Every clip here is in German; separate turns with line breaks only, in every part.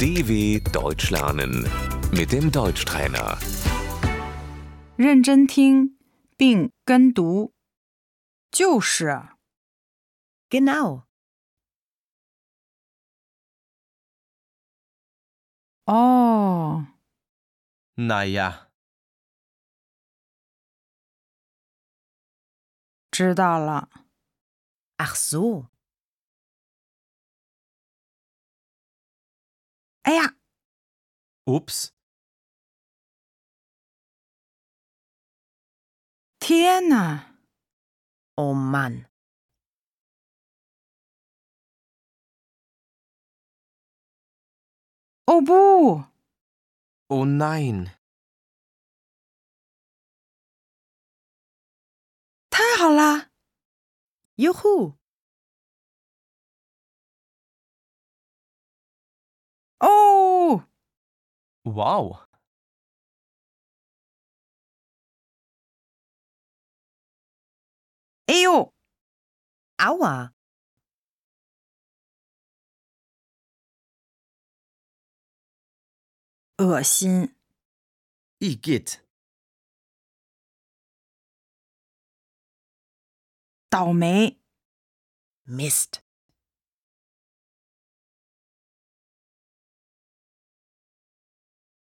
DW Deutsch lernen mit dem Deutschtrainer.
认真听并跟读。就是，啊
Genau,
哦，
Naja,
知道了。
ach so,
哎呀，
ups,
天哪！
oh Mann,
哦不，
oh nein,
太好啦！
juhu,
哦，
wow,
哎呦，
aua,
恶心！
igitt,
倒霉！
Mist,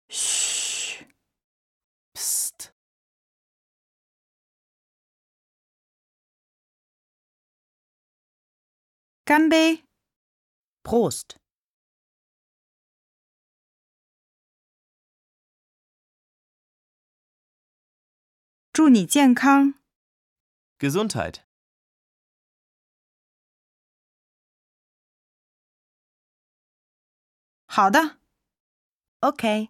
嘘，
psst,
干杯！
Prost,
祝你健康！
Gesundheit.
好的。
okay.